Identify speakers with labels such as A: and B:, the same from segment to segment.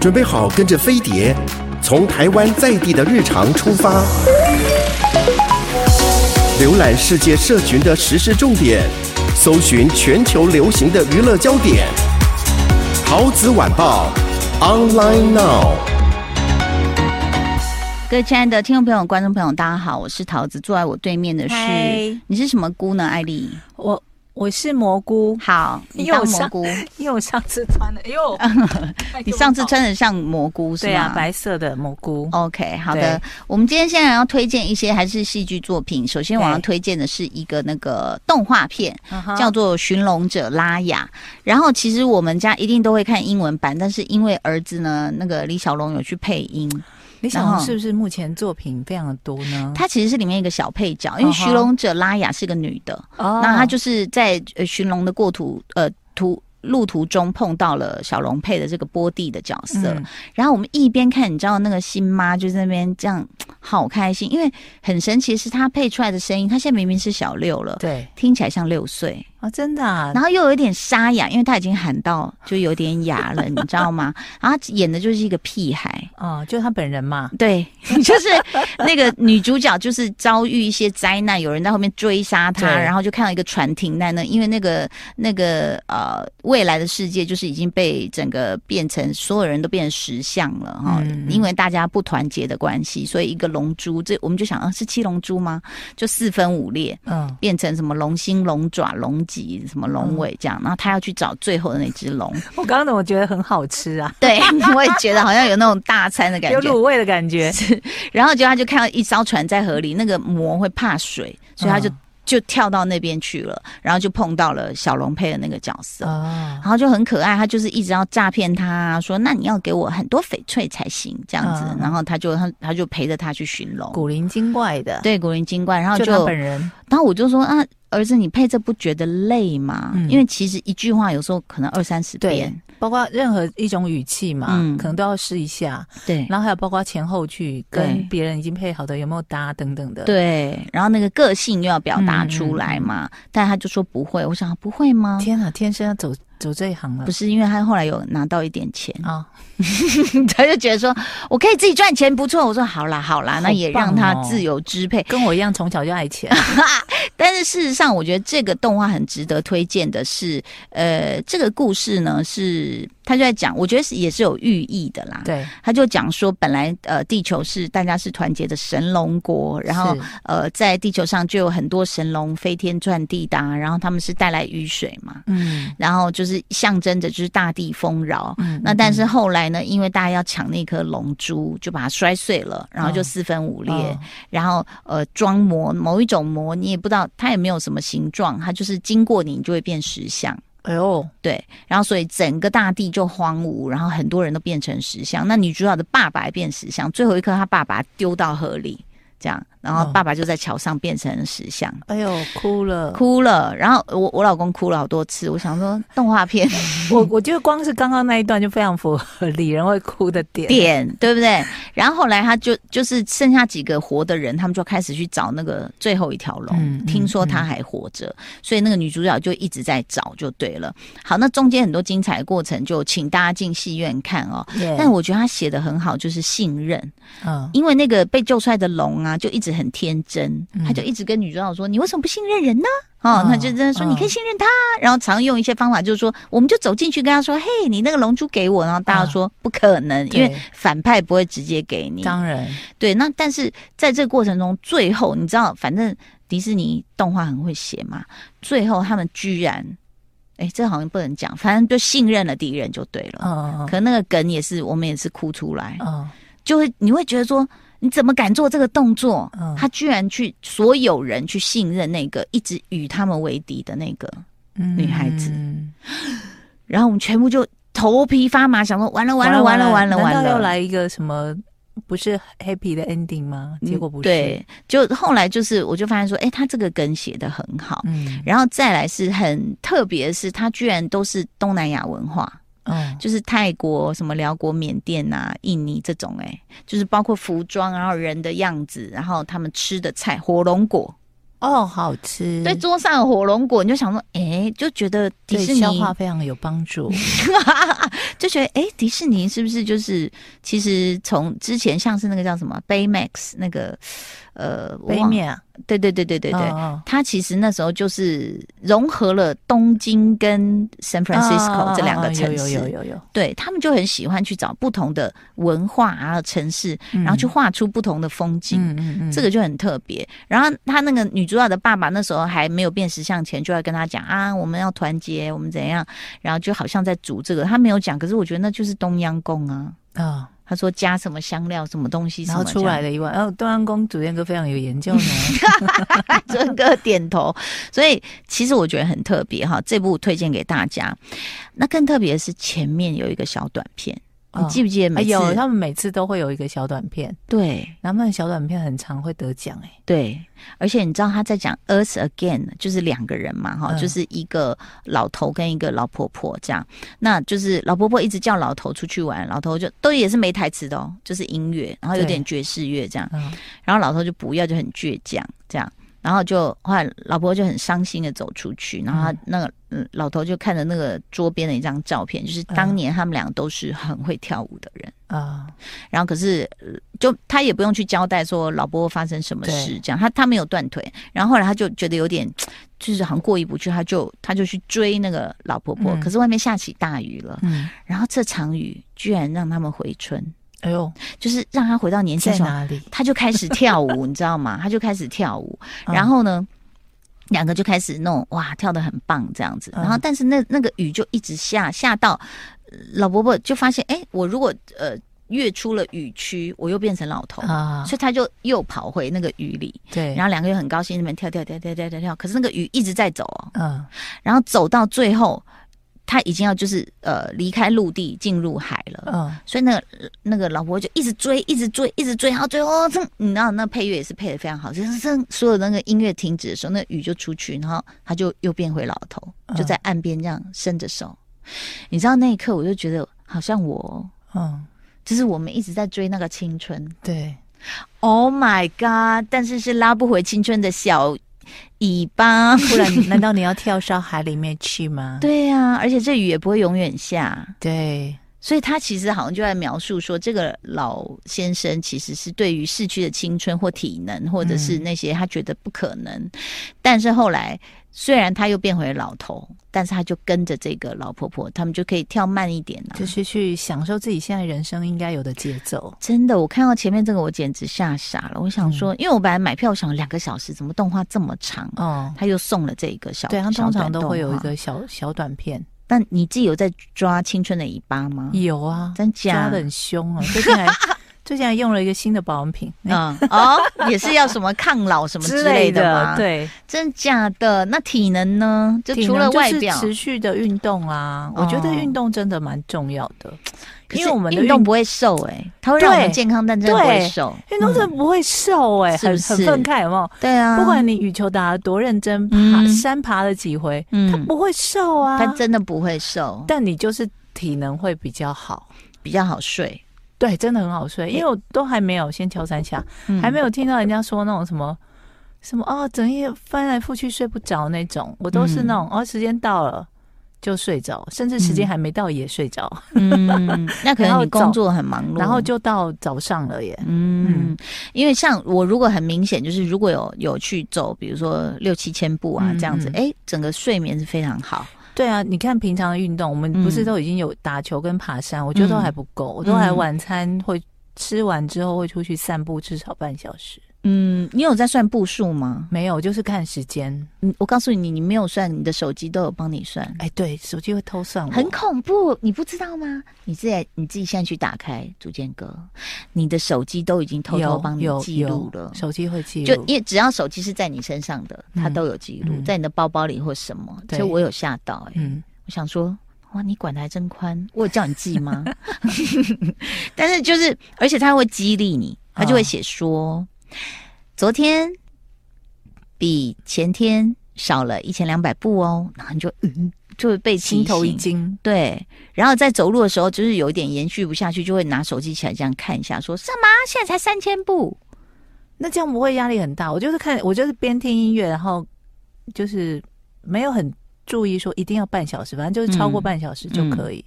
A: 准备好跟着飞碟，从台湾在地的日常出发，浏览世界社群的时事重点，搜寻全球流行的娱乐焦点。桃子晚报，online now。
B: 各位亲爱的听众朋友、观众朋友，大家好，我是桃子，坐在我对面的是
C: 嗨
B: 你是什么菇呢？艾丽，
C: 我我是蘑菇，
B: 好，你
C: 因为
B: 当
C: 我
B: 蘑
C: 上
B: 菇，
C: 因为我上次穿的，因哎 为我
B: 你上次穿的像蘑菇是
C: 对啊
B: 吗，？
C: 白色的蘑菇。
B: OK，好
C: 对
B: 的，我们今天现在要推荐一些还是戏剧作品。首先，我要
C: 对
B: 推荐的是一个那个动画片，
C: 嗯哼
B: 叫做《寻龙者拉雅》。然后，其实我们家一定都会看英文版，但是因为儿子呢，那个李小龙有去配音，
C: 李小
B: 然
C: 龙
B: 后
C: 是不是目前作品非常的多呢？
B: 他其实是里面一个小配角，因为
C: 嗯哼
B: 寻龙者拉雅是个女的，
C: 哦
B: 那她就是在呃寻龙的过途呃途。路途中碰到了小龙配的这个波蒂的角色，
C: 嗯
B: 然后我们一边看，你知道那个新妈就在那边这样，好开心，因为很神奇的是她配出来的声音，她现在明明是小六了，
C: 对
B: 听起来像六岁，
C: 啊，真的啊，
B: 然后又有一点沙哑，因为她已经喊到就有点哑了，你知道吗？然后她演的就是一个屁孩，
C: 哦，就他本人嘛，
B: 对， 就是那个女主角，就是遭遇一些灾难，有人在后面追杀她，
C: 对
B: 然后就看到一个船停在那，因为那个那个呃，未来的世界就是已经被整个变成所有人都变成石像了哈、
C: 嗯
B: 因为大家不团结的关系，所以一个龙珠，这我们就想啊，是七龙珠吗？就四分五裂。
C: 嗯，
B: 变成什么龙心、龙爪、龙脊、什么龙尾这样，然后他要去找最后的那只 龙。
C: 我刚刚怎么觉得很好吃啊，
B: 对，我也觉得好像有那种大餐的感
C: 有
B: 觉。
C: 卤味的感觉，
B: 然后结果他就看到一艘船在河里，那个魔会怕水，所以他就、
C: 嗯
B: 就跳到那边去了，然后就碰到了小龙配的那个角色。
C: 哦，
B: 然后就很可爱，他就是一直要诈骗他、说那你要给我很多翡翠才行这样子，
C: 嗯
B: 然后他就他他就陪着他去寻龙，
C: 古灵精怪的，，
B: 对古灵精怪，然后
C: 就
B: 就
C: 他本人，
B: 然后我就说啊，儿子你配这不觉得累吗？
C: 嗯
B: 因为其实一句话有时候可能二三十遍，
C: 包括任何一种语气嘛，
B: 嗯
C: 可能都要试一下，
B: 对
C: 然后还有包括前后句
B: 对
C: 跟别人已经配好的有没有搭等等的，，
B: 对，然后那个个性又要表达出来
C: 嗯嗯嗯
B: 嘛，但他就说不会，我想不会吗？
C: 天啊，天生要走走这一行了
B: 不，是，因为他后来有拿到一点钱，
C: 啊，
B: 他就觉得说我可以自己赚钱，不错。我说好啦好啦，那
C: 好
B: 也让
C: 棒
B: 他
C: 哦
B: 自由支配。
C: 跟我一样从小就爱钱，
B: 但是事实上，我觉得这个动画很值得推荐的是，呃，这个故事呢是他就在讲，我觉得是也是有寓意的啦。
C: 对，
B: 他就讲说，本来呃地球是大家是团结的神龙国，然后
C: 是
B: 呃在地球上就有很多神龙飞天转地的啊、然后他们是带来雨水嘛，
C: 嗯
B: 然后就是象征着就是大地丰饶。
C: 嗯
B: 那但是
C: 嗯
B: 后来呢，因为大家要抢那颗龙珠，就把它摔碎了，然后就
C: 哦
B: 四分五裂，
C: 哦
B: 然后呃装模某一种模，你也不知道它也没有什么形状，它就是经过你，你就会变石像。
C: 哎呦，
B: 对，然后所以整个大地就荒芜，然后很多人都变成石像。那女主角的爸爸也变石像，最后一刻她爸爸丢到河里，这样，然后
C: 哦
B: 爸爸就在桥上变成石像。
C: 哎呦，哭了，。
B: 哭了，然后我我老公哭了好多次。我想说，动画片
C: 我我觉得光是刚刚那一段就非常符合李仁会哭的点。
B: 点对不对？然后后来他就就是剩下几个活的人，他们就开始去找那个最后一条龙，
C: 嗯嗯
B: 听说他
C: 嗯
B: 还活着，所以那个女主角就一直在找，就对了。好，那中间很多精彩的过程，就请大家进戏院看哦。但
C: 我
B: 我觉得他写的很好，就是信任，
C: 嗯，
B: 因为那个被救出来的龙啊，就一直很天真，
C: 嗯
B: 他就一直跟女主角说：“你为什么不信任人呢？”哦，
C: 嗯
B: 他就真的说：“
C: 嗯
B: 你可以信任他。”然后常用一些方法，就是说，我们就走进去跟他说：“嘿，你那个龙珠给我。”然后大家说：“不可能，因
C: 嗯对
B: 为反派不会直接给你。
C: 当然，”
B: 对，那但是在这个过程中，最后你知道，反正迪士尼动画很会写嘛，最后他们居然，哎，这好像不能讲，反正就信任了敌人就对了。
C: 嗯
B: 可那个梗也是，我们也是哭出来，
C: 嗯
B: 就会你会觉得说，你怎么敢做这个动作？
C: 嗯
B: 他居然去所有人去信任那个一直与他们为敌的那个，
C: 嗯
B: 女孩子
C: 嗯
B: 然后我们全部就头皮发麻，想说完了完了完了完了完
C: 难道要
B: 了。
C: 来一个什么不是 happy 的 ending 吗？结果不
B: 嗯
C: 是，，
B: 对，就后来就是，我就发现说，哎、他这个梗写的很好，
C: 嗯
B: 然后再来是很特别的是，他居然都是东南亚文化，
C: 嗯，
B: 就是泰国、什么辽国、缅甸啊、印尼这种、欸，啊就是包括服装，然后人的样子，然后他们吃的菜，火龙果，
C: 哦，好吃，
B: 对，桌上有火龙果，你就想说，哎、就觉得迪
C: 对
B: 士
C: 消
B: 尼
C: 化非常有帮助。
B: 就觉得，哎、迪士尼是不是就是其实从之前像是那个叫什么 Baymax 那个呃我
C: 杯
B: 忘
C: 面啊，
B: 对对对对对对，
C: 哦
B: 它其实那时候就是融合了东京跟 San
C: 哦
B: Francisco 这两
C: 哦
B: 个
C: 哦
B: 城
C: 有有有
B: 市，
C: 有有，
B: 对他们就很喜欢去找不同的文化啊城市，
C: 嗯
B: 然后去画出不同的风景。
C: 嗯嗯嗯
B: 这个就很特别。然后他那个女主角的爸爸那时候还没有变石像前，就要跟他讲啊，我们要团结，我们怎样，然后就好像在煮这个，他没有讲，可是我觉得那就是东阳宫啊。
C: 哦，
B: 他说加什么香料，什么东西，
C: 然后
B: 什么
C: 出 来
B: 这样，
C: 了一碗哦，东安宫主任哥非常有研究呢。
B: 尊哥点头。所以其实我觉得很特别哈，这部推荐给大家。那更特别的是前面有一个小短片，
C: 哦
B: 你记不记得
C: 哎
B: 每次？
C: 有，他们每次都会有一个小短片，
B: 对
C: 然后他们小短片很常会得奖哎。
B: 对，而且你知道他在讲 us again，就是两个人嘛，哈、
C: 嗯
B: 就是一个老头跟一个老婆婆这样。那就是老婆婆一直叫老头出去玩，老头就都也是没台词的哦，就是音乐，然后有
C: 对
B: 点爵士乐这样。
C: 嗯，
B: 然后老头就不要，就很倔强这样。然后就后来老婆就很伤心的走出去，然后他那个、嗯、老头就看着那个桌边的一张照片，就是当
C: 嗯
B: 年他们两个都是很会跳舞的人。
C: 啊，
B: 然后可是呃就他也不用去交代说老婆发生什么事
C: 对
B: 这样，他他没有断腿，然后后来他就觉得有点就是好像过意不去，他就他就去追那个老婆婆，
C: 嗯
B: 可是外面下起大雨了，
C: 嗯，
B: 然后这场雨居然让他们回春，
C: 哎呦，
B: 就是让他回到年轻的
C: 在
B: 时候，
C: 哪里？
B: 他就开始跳舞，你知道吗？他就开始跳舞，
C: 嗯
B: 然后呢，两个就开始弄哇，跳得很棒这样子。
C: 嗯
B: 然后，但是那那个雨就一直下，下到呃老伯伯就发现，哎，我如果呃越出了雨区，我又变成老头，
C: 啊，
B: 所以他就又跑回那个雨里。
C: 对，
B: 然后两个又很高兴，那边跳跳跳跳跳跳跳。可是那个雨一直在走哦，
C: 嗯，
B: 然后走到最后，他已经要就是呃离开陆地进入海了。
C: 嗯，
B: 所以那个那个老婆就一直追，一直追，一直追，然后最后噌，你知道那配乐也是配的非常好，就是噌，所有那个音乐停止的时候，那雨就出去，然后他就又变回老头，
C: 嗯
B: 就在岸边这样伸着手。你知道那一刻，我就觉得好像我
C: 嗯，
B: 就是我们一直在追那个青春
C: 对，
B: ，Oh my God！但是是拉不回青春的小尾巴。
C: 不然你难道你要跳到海里面去 吗？
B: 对呀、而且这雨也不会永远下。
C: 对，
B: 所以他其实好像就在描述说，这个老先生其实是对于逝去的青春或体能，或者是那些他觉得不可能，
C: 嗯
B: 但是后来虽然他又变回老头，但是他就跟着这个老婆婆，他们就可以跳慢一点啊
C: 就。是去享受自己现在人生应该有的节奏。
B: 真的，我看到前面这个，我简直吓傻了。我想
C: 嗯
B: 说，因为我本来买票，我想两个小时，怎么动画这么长？啊
C: 哦，
B: 他又送了这个小，
C: 对，他
B: 小
C: 通常
B: 短
C: 都
B: 动
C: 会有一
B: 画。
C: 个小小短片。
B: 但你自己有在抓青春的尾巴吗？
C: 有啊，
B: 真
C: 抓
B: 假
C: 的？很凶哦。最 近还最近还用了一个新的保养品，那
B: 嗯，哦，也是要什么抗老什么之类的吗？，
C: 对，
B: 真假的？那体能呢？就
C: 体
B: 除
C: 能
B: 了
C: 就
B: 外
C: 是
B: 表，
C: 持续的运动啊，我觉得
B: 哦嗯
C: 运动真的蛮重要的，
B: 可
C: 因
B: 是
C: 为我们的
B: 运动不会瘦、哎，它会让我们健康，但真的不会瘦。
C: 运动真的不会瘦哎、
B: 嗯
C: 很
B: 是不
C: 很
B: 是
C: 愤慨有没有？
B: 对啊，
C: 不管你羽球打得多认真，爬、
B: 嗯
C: 山爬了几回，
B: 嗯，
C: 不会瘦啊。
B: 它真的不会瘦，
C: 但你就是体能会比较好。
B: 比较好睡，
C: 对，真的很好睡，因为我都还没有先敲三下，
B: 嗯
C: 还没有听到人家说那种什么什么哦，整夜翻来覆去睡不着那种，我都是那种、哦，时间到了就睡着，甚至时间
B: 嗯
C: 还没到也睡着，
B: 嗯，那可
C: 然
B: 能
C: 后
B: 你工作很忙碌，
C: 然后就到早上了耶。
B: 嗯，因为像我如果很明显，就是如果有有去走，比如说六七千步啊
C: 嗯
B: 这样子，
C: 嗯
B: 哎、整个睡眠是非常好。
C: 对啊，你看平常的运动，我们
B: 嗯
C: 不是都已经有打球跟爬山，我觉得都还不够，我都还晚餐会吃完之后会出去散步至少半小时，
B: 嗯，你有在算步数吗？
C: 没有，就是看时间。
B: 嗯，我告诉你，你没有算，你的手机都有帮你算，
C: 哎，对，手机会偷算我，
B: 很恐怖，你不知道吗？你自己你自己现在去打开竹间哥，你的手机都已经偷偷
C: 有
B: 帮你
C: 有
B: 记录了
C: 有。手机会记
B: 就
C: 录，
B: 因为只要手机是在你身上的，它
C: 嗯
B: 都有记录，
C: 嗯
B: 在你的包包里或什么。所
C: 对
B: 以我有吓到、欸，
C: 嗯，
B: 我想说，哇，你管的还真宽，我有叫你记吗？ 但是就是，而且他会激励你，他
C: 嗯
B: 就会写说，昨天比前天少了一千两百步哦，然后你就嗯，就会被
C: 心
B: 心
C: 头一。惊。
B: 对，然后在走路的时候，就是有一点延续不下去，就会拿手机起来这样看一下，说什么现在才三千步，
C: 那这样不会压力很大？我就是看，我就是边听音乐，然后就是没有很注意说一定要半小时，反正就是超过
B: 嗯
C: 半小时就可以，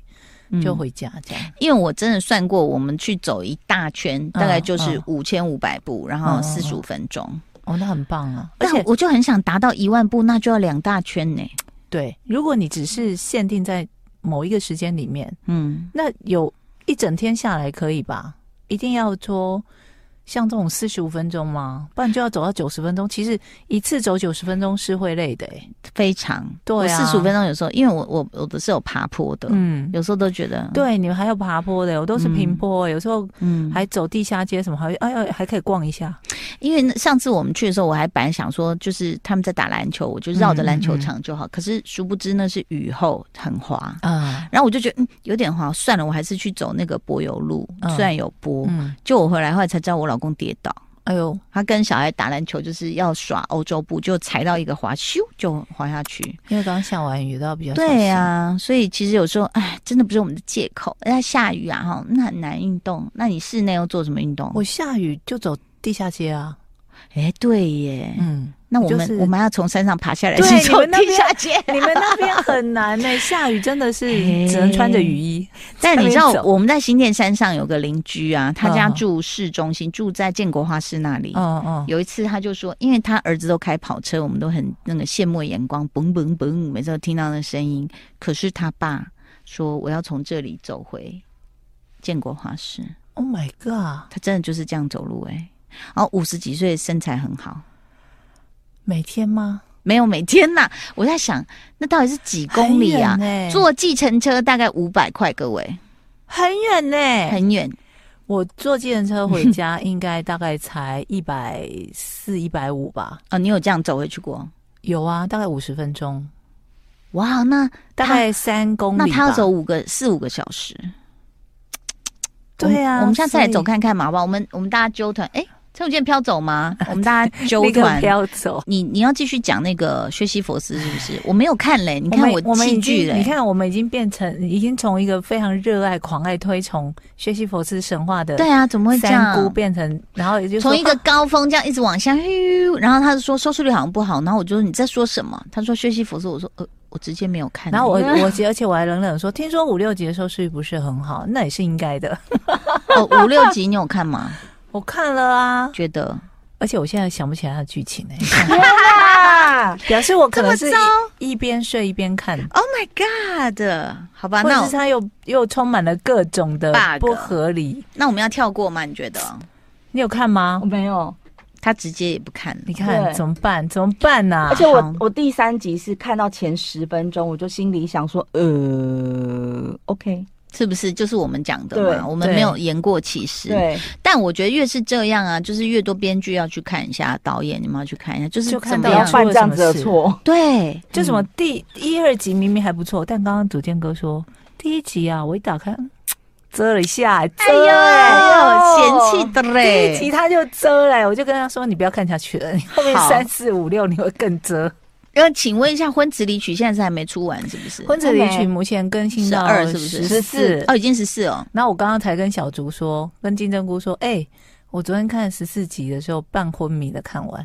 C: 就回家这样。
B: 因为我真的算过，我们去走一大圈，大概就是
C: 嗯
B: 五千五百步，然
C: 嗯
B: 后
C: 嗯
B: 四十五分钟。
C: 哦，那很棒啊！而
B: 但
C: 且
B: 我就很想达到一万步，那就要两大圈呢。
C: 对，如果你只是限定在某一个时间里面，
B: 嗯，
C: 那有一整天下来可以吧？一定要说像这种四十五分钟吗？不然就要走到九十分钟。其实一次走九十分钟是会累的、欸，
B: 非常。
C: 对啊
B: 我四十五分钟有时候，因为我我我的是有爬坡的，
C: 嗯，
B: 有时候都觉得，
C: 对，你们还有爬坡的，我都是平坡、欸有时候
B: 嗯，还
C: 还走地下街什么，还会哎呦还可以逛一下。
B: 因为那上次我们去的时候，我还本来想说，就是他们在打篮球，我就绕着篮
C: 嗯
B: 球场就好。可是殊不知那是雨后很滑。
C: 啊，
B: 然后我就觉得嗯有点滑，算了，我还是去走那个柏油路，
C: 嗯
B: 虽然有坡，
C: 嗯，
B: 就我回来后来才知道我老公跌倒，
C: 哎呦，
B: 他跟小孩打篮球就是要耍欧洲步，就踩到一个滑，咻就滑下去。
C: 因为刚下完雨，倒比较
B: 对
C: 呀、
B: 啊，所以其实有时候，哎，真的不是我们的借口。那下雨啊，哈，那很难运动。那你室内又做什么运动？
C: 我下雨就走地下街啊，
B: 哎，对耶，
C: 嗯。
B: 那我们、
C: 就是
B: 我们要从山上爬下来，
C: 对
B: 去走
C: 你们那
B: 地
C: 边
B: 下街。
C: 你们那边很难呢、下雨真的是
B: 哎
C: 只能穿着雨衣。
B: 但你知道
C: 在那边，走
B: 我们在新店山上有个邻居啊，他家
C: 嗯
B: 住市中心，住在建国花市那里。
C: 嗯嗯，
B: 有一次，他就说，因为他儿子都开跑车，我们都很那个羡慕的眼光，嘣嘣嘣，每次都听到那声音。可是他爸说，我要从这里走回建国花市，
C: Oh my god！
B: 他真的就是这样走路哎、然后五十几岁，身材很好，
C: 每天吗？
B: 没有每天呐、我在想，那到底是几公里啊
C: 很？远呢欸
B: 坐计程车大概五百块，各位
C: 很远呢、
B: 很远，
C: 我坐计程车回 家，应该大概才一百四、一百五吧。
B: 哦，你有这样走回去过？
C: 有啊，大概五十分钟，
B: 哇，那
C: 大概三公里吧。
B: 那他要走五个四五个小时。
C: 对
B: 我
C: 啊，
B: 们我们下次来
C: 所以
B: 走看看嘛，好不好？我们我们大家揪团，哎、陈永健飘走 吗？我们大家揪
C: 那个
B: 团
C: 不。要走。
B: 你你要继续讲那个薛西佛斯是不是？我没有看嘞，你
C: 你
B: 看
C: 我们
B: 弃
C: 已
B: 剧
C: 经，你
B: 嘞。
C: 看我们已经变成，已经从一个非常热爱、狂爱推崇学习佛斯神话的
B: 对啊，怎么会这
C: 三姑
B: 样？
C: 变成，然后也就是啊
B: 从一个高峰这样一直往下，咻然后他就说收视率好像不好，然后我就说你在说什么？他说薛西佛斯，我说呃，我直接没有看。
C: 然后我我而且我还冷冷说，听说五六集的收视率不是很好，那也是应该的。
B: 哦五六集你有看吗？
C: 我看了啊，
B: 觉得
C: 而且我现在想不起来它的剧情 哎、 表示我可能是
B: 这么
C: 一一边睡一边看，
B: Oh my God！好吧，
C: 或
B: 那
C: 者
B: 我
C: 是它又又充满了各种的
B: Bug
C: 不合理。
B: 那我们要跳过吗？你觉得？
C: 你有看吗
D: 我？哦没有，
B: 他直接也不看了
C: 你。看
D: 对
C: 怎么办？怎么办呐、
D: 而且
B: 好
D: 我我第三集是看到前十分钟，我就心里想说，呃，OK，
B: 是不是就是我们讲的
D: 对
B: 嘛？我们
C: 对
B: 没有言过其实。。
D: 对，
B: 但我觉得越是这样啊，就是越多编剧要去看一下，导演你们要去看一下，就是
C: 就看
B: 怎
D: 不
B: 么
C: 到
D: 要
B: 样
C: 底出。
D: 犯这样子的错。
B: 对，
C: 就什么
B: 嗯
C: 第一二集明明还不错，但刚刚主建哥说第一集啊，我一打开，嗯遮了一下，遮
B: 哎呦
C: 哦
B: 哎呦，嫌弃的
C: 第一
B: 嘞。
C: 集他就遮了，我就跟他说：“你不要看下去了，你后面
B: 好
C: 三四五六你会更遮。
B: 然后请问一下，《婚词离曲》现在是还没出完是不是”？
C: 婚子离曲目前更新到
B: 12是不是
C: 十四。
B: 哦，已经十四哦。
C: 然后我刚刚才跟小竹说，跟金针菇说：“哎、我昨天看十四集的时候，半昏迷的看完。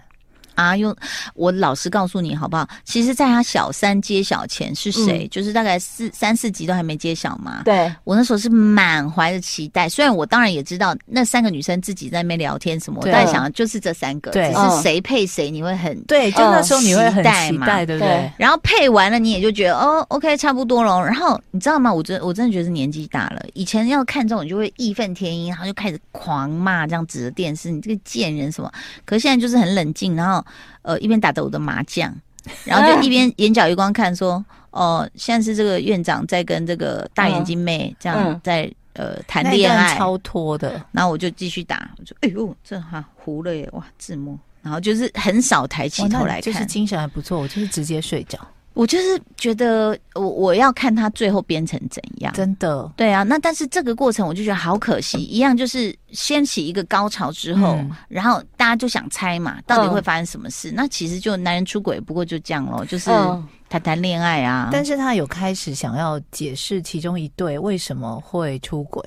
B: 啊，用我老实告诉你好不好？其实，在他小三揭晓前是谁，
C: 嗯
B: 就是大概四三四集都还没揭晓嘛。
D: 对，
B: 我那时候是满怀的期待，虽然我当然也知道那三个女生自己在那边聊天什么，我
C: 对
B: 当然想就是这三个，
C: 对嗯
B: 只是谁配谁你会很”
C: 对，就那时候你会
B: 期
C: 很
B: 待
C: 期
B: 嘛
C: 待，对不对
D: 对？
B: 然后配完了，你也就觉得哦，OK，差不多了。然后你知道吗？我真我真的觉得是年纪大了，以前要看这种你就会义愤填膺，然后就开始狂骂，这样指着电视，你这个贱人什么。可是现在就是很冷静，然后呃一边打着我的麻将， 然后就一边眼角余光看说，哦、现在是这个院长在跟这个大眼睛妹这样
D: 嗯
B: 在、呃谈
C: 那一
B: 恋
C: 段
B: 爱，
C: 超脱的，
B: 然后我就继续打，我就哎呦这哈糊了耶，哇字幕。然后就是很少抬起
C: 哇那
B: 头
C: 你
B: 来看，
C: 就是精神还不错，我就是直接睡着，
B: 我就是觉得我我要看他最后编成怎样。
C: 真的。
B: 对啊，那但是这个过程我就觉得好可惜，一样就是掀起一个高潮之后，
C: 嗯
B: 然后大家就想猜嘛，到底会发生什么事？那其实就男人出轨，不过就这样咯，就是
D: 嗯
B: 谈谈恋爱啊。
C: 但是他有开始想要解释其中一对为什么会出轨，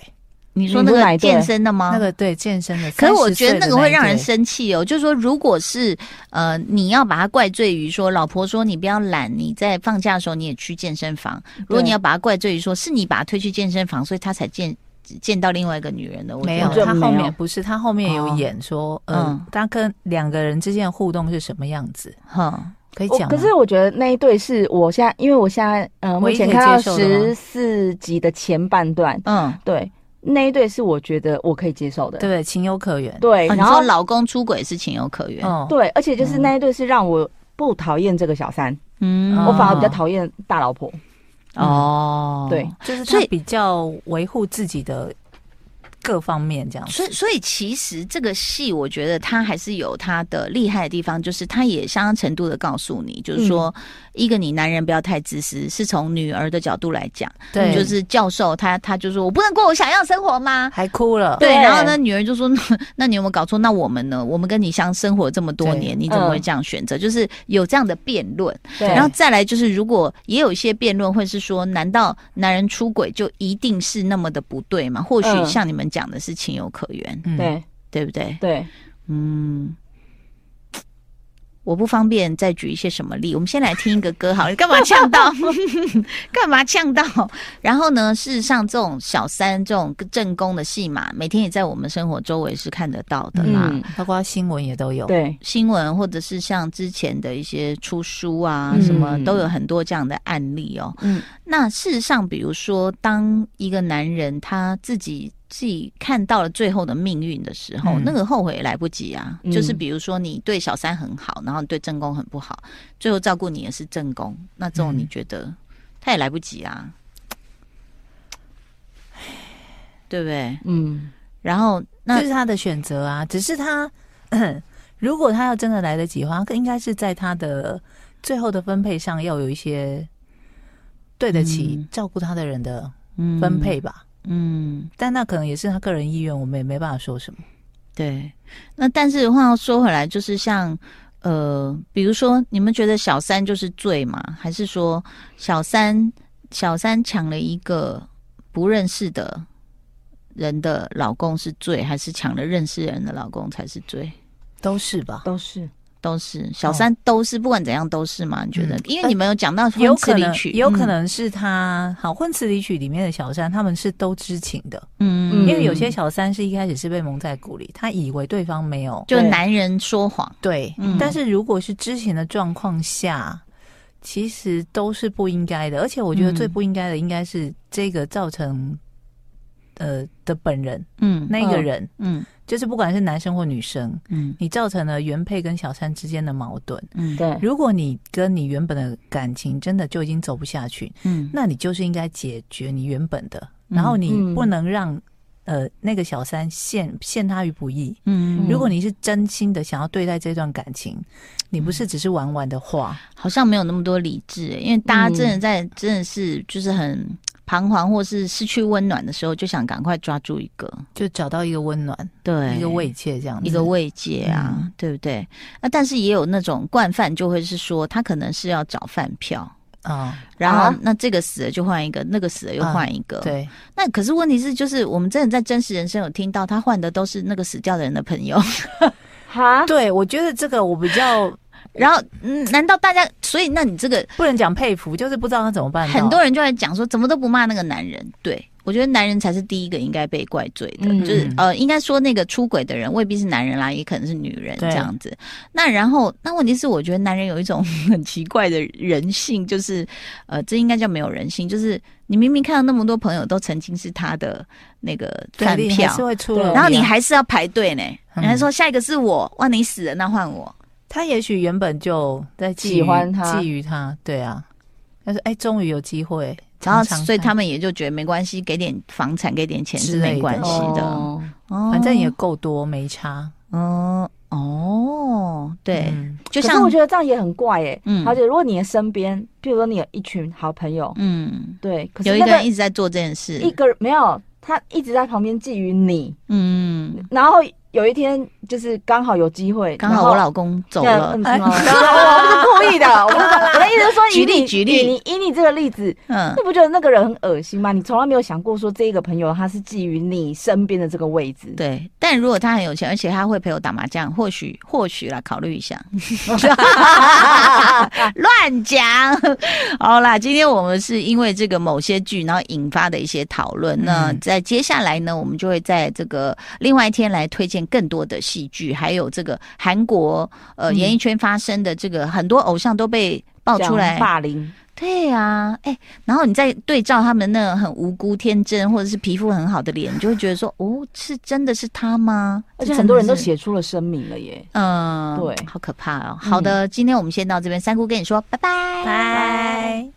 B: 你说
D: 你
B: 那
D: 不哪
B: 个
D: 一队
B: 健身的吗？
C: 那个对健身的，
B: 啊可是我
C: 30
B: 觉得
C: 岁的
B: 那
C: 那
B: 个会
C: 一
B: 让人
C: 对
B: 生气哦，就是说，如果是呃，你要把它怪罪于说，老婆说你不要懒，你在放假的时候你也去健身房。如果
D: 对
B: 你要把它怪罪于说是你把他推去健身房，所以他才见见到另外一个女人的，我觉
C: 没
B: 得
C: 有，
D: 我觉得
C: 他
D: 没
C: 后
D: 有
C: 面不是，他后面有
B: 哦
C: 演说，
B: 嗯
C: 嗯，他跟两个人之间的互动是什么样子，
B: 哈，
C: 可以
D: 我
C: 讲吗。啊
D: 哦可是我觉得那一对是我现在，因为我现在呃目
C: 唯一
D: 前
C: 可以
D: 看到
C: 接受的吗
D: 十四集的前半段，
B: 嗯，
D: 对那一对是我觉得我可以接受的，
C: 对不对，情有可原。
D: 对，
B: 哦你
D: 然后
B: 说老公出轨是情有可原，
C: 哦，
D: 对，而且就是
B: 嗯
D: 那一对是让我不讨厌这个小三，
B: 嗯
D: 我反而比较
C: 哦
D: 讨厌大老婆，
B: 哦，
D: 对。
C: 嗯就是
B: 所
C: 他
B: 以
C: 比较维护自己的各方面这样子。
B: 所以，所以其实这个戏，我觉得它还是有它的厉害的地方，就是它也相当程度的告诉你，
D: 嗯
B: 就是说，一个你男人不要太自私，是从女儿的角度来讲，
C: 对，
B: 就是教授他他就说我不能过我想要的生活吗？
C: 还哭了。
B: 对，
D: 对
B: 然后呢，女儿就说：“ 那你有没有搞错？那我们呢？我们跟你相生活这么多年，
C: 对
B: 你怎么会
D: 嗯
B: 这样选择？就是有这样的辩论。
D: 对，
B: 然后再来就是，如果也有一些辩论会是说，难道男人出轨就一定是那么的不对吗？或许
D: 嗯
B: 像你们讲的是情有可原，
C: 嗯，
D: 对
B: 对不对？
D: 对，
B: 嗯，我不方便再举一些什么例，我们先来听一个歌好了。你干嘛呛到？干嘛呛到？然后呢，事实上这种小三这种正宫的戏码，每天也在我们生活周围是看得到的啦。
D: 嗯，
C: 啊包括新闻也都有。
D: 对
B: 新闻或者是像之前的一些出书啊，
D: 嗯
B: 什么都有很多这样的案例哦。
D: 嗯，
B: 那事实上，比如说，当一个男人他自己自己看到了最后的命运的时候，
C: 嗯
B: 那个后悔也来不及啊。
D: 嗯
B: 就是比如说，你对小三很好，然后你对正宫很不好，最后照顾你的是正宫，那这种
C: 嗯
B: 你觉得他也来不及啊，对不对？
D: 嗯，
B: 然后那
C: 这是他的选择啊。只是他， 如果他要真的来得及的话，应该是在他的最后的分配上要有一些对得起
B: 嗯
C: 照顾他的人的
B: 嗯
C: 分配吧。
B: 嗯。
C: 但那可能也是他个人意愿，我们也没办法说什么。
B: 对，那但是话又说回来，就是像呃，比如说，你们觉得小三就是罪吗？还是说小三小三抢了一个不认识的人的老公是罪，还是抢了认识人的老公才是罪？
C: 都是吧？
D: 都是，
B: 都是小三都是、不管怎样都是吗？你觉得？
C: 嗯
B: 因为你们有讲到
C: 有
B: 婚词
C: 可
B: 离
C: 能
B: 曲，，
C: 有可
B: 嗯
C: 能是他好婚词离曲里面的小三，他们是都知情的，
B: 嗯，
D: 嗯
C: 因为有些小三是一开始是被蒙在鼓里，他以为对方没有
B: 就
D: 对
B: 男人说谎，
C: 对，
B: 嗯
C: 但是如果是知情的状况下，其实都是不应该的，而且我觉得
B: 嗯
C: 最不应该的应该是这个造成呃的本人
B: 嗯
C: 那个人，
B: 嗯
C: 就是不管是男生或女生，
B: 嗯
C: 你造成了原配跟小三之间的矛盾。
B: 嗯
D: 对，
C: 如果你跟你原本的感情真的就已经走不下去，
B: 嗯
C: 那你就是应该解决你原本的，
B: 嗯
C: 然后你
D: 嗯
C: 不能让、呃那个小三陷陷他于不义。
B: 嗯
C: 如果你是真心的想要对待这段感情，你不
B: 嗯
C: 是只是玩玩的话，
B: 好像没有那么多理智、欸，因为大家真的在、真的是就是很彷徨或是失去温暖的时候，就想赶快抓住一个
C: 就找到一个温暖、
B: 对
C: 一个慰藉这样子。
B: 一个慰藉啊，
C: 嗯
B: 对不对？那但是也有那种惯犯，就会是说他可能是要找饭票。
C: 啊、
B: 然后
D: 啊，
B: 那这个死了就换一个，那个死了又换一个。，
C: 对，
B: 那可是问题是，就是我们真的在真实人生有听到，他换的都是那个死掉的人的朋友。
D: 哈，
C: 对我觉得这个我比较
B: 然后，嗯，难道大家？所以，那你这个
C: 不能讲佩服，就是不知道他怎么办到。
B: 很多人就在讲说，怎么都不骂那个男人。对我觉得男人才是第一个应该被怪罪的，
D: 嗯
B: 就是呃，应该说那个出轨的人未必是男人啦，也可能是女人这
C: 对
B: 样子。那然后，那问题是，我觉得男人有一种很奇怪的人性，就是呃，这应该叫没有人性，就是你明明看到那么多朋友都曾经是他的那个
C: 对
B: 饭
C: 你还
B: 票
C: 是。会出了力啊，
B: 然后你还是要排队呢，
C: 嗯
B: 你还说下一个是我，哇，你死了那换我，
C: 他也许原本就在觊
D: 喜
C: 觎
D: 欢他
C: 觊觎他，对啊。他说：“哎，终于有机会。
B: 然后
C: 尝尝
B: 所以他
C: 看
B: 们也就觉得没关系，给点房产，给点钱是
C: 之类
B: 没
C: 的
B: 关系的，
D: 哦
B: 哦
C: 反正也够多，没差。
B: 哦哦，对，
C: 嗯
B: 就
D: 可
B: 像
D: 是我觉得这样也很怪哎
B: 嗯，
D: 而且如果你的身边，譬如说你有一群好朋友，
B: 嗯，
D: 对，可
B: 有
D: 是
B: 一
D: 那
B: 个
D: 个
B: 人一直在做这件事，
D: 一个人没有，他一直在旁边觊觎你，
B: 嗯
D: 然后有一天就是刚好有机会，
B: 刚好我老公走了哎
D: 嗯，，嗯我不是故意的，我不是我的意思是说，
B: 举例
D: 以你
B: 举例
D: 以你以你这个例子，
B: 嗯
D: 你，不觉得那个人很恶心吗？你从来没有想过说这个朋友他是觊觎你身边的这个位置，
B: 对。但如果他很有钱，而且他会陪我打麻将，或许或许啦，考虑一下。 乱讲。好啦，今天我们是因为这个某些剧，然后引发的一些讨论。那在接下来呢，我们就会在这个另外一天来推荐更多的戏剧，还有这个韩国呃
C: 嗯
B: 演艺圈发生的这个很多偶像都被爆
D: 讲
B: 出来。
D: 霸凌，
B: 对啊，哎、然后你再对照他们那很无辜、天真，或者是皮肤很好的脸，你就会觉得说，哦，是真的是他吗？
D: 而且很多人都
B: 这真的是。
D: 写出了声明了耶。
B: 嗯，
D: 对嗯
B: 好可怕哦！好的，今天我们先到这边，三姑跟你说拜拜，
C: 拜。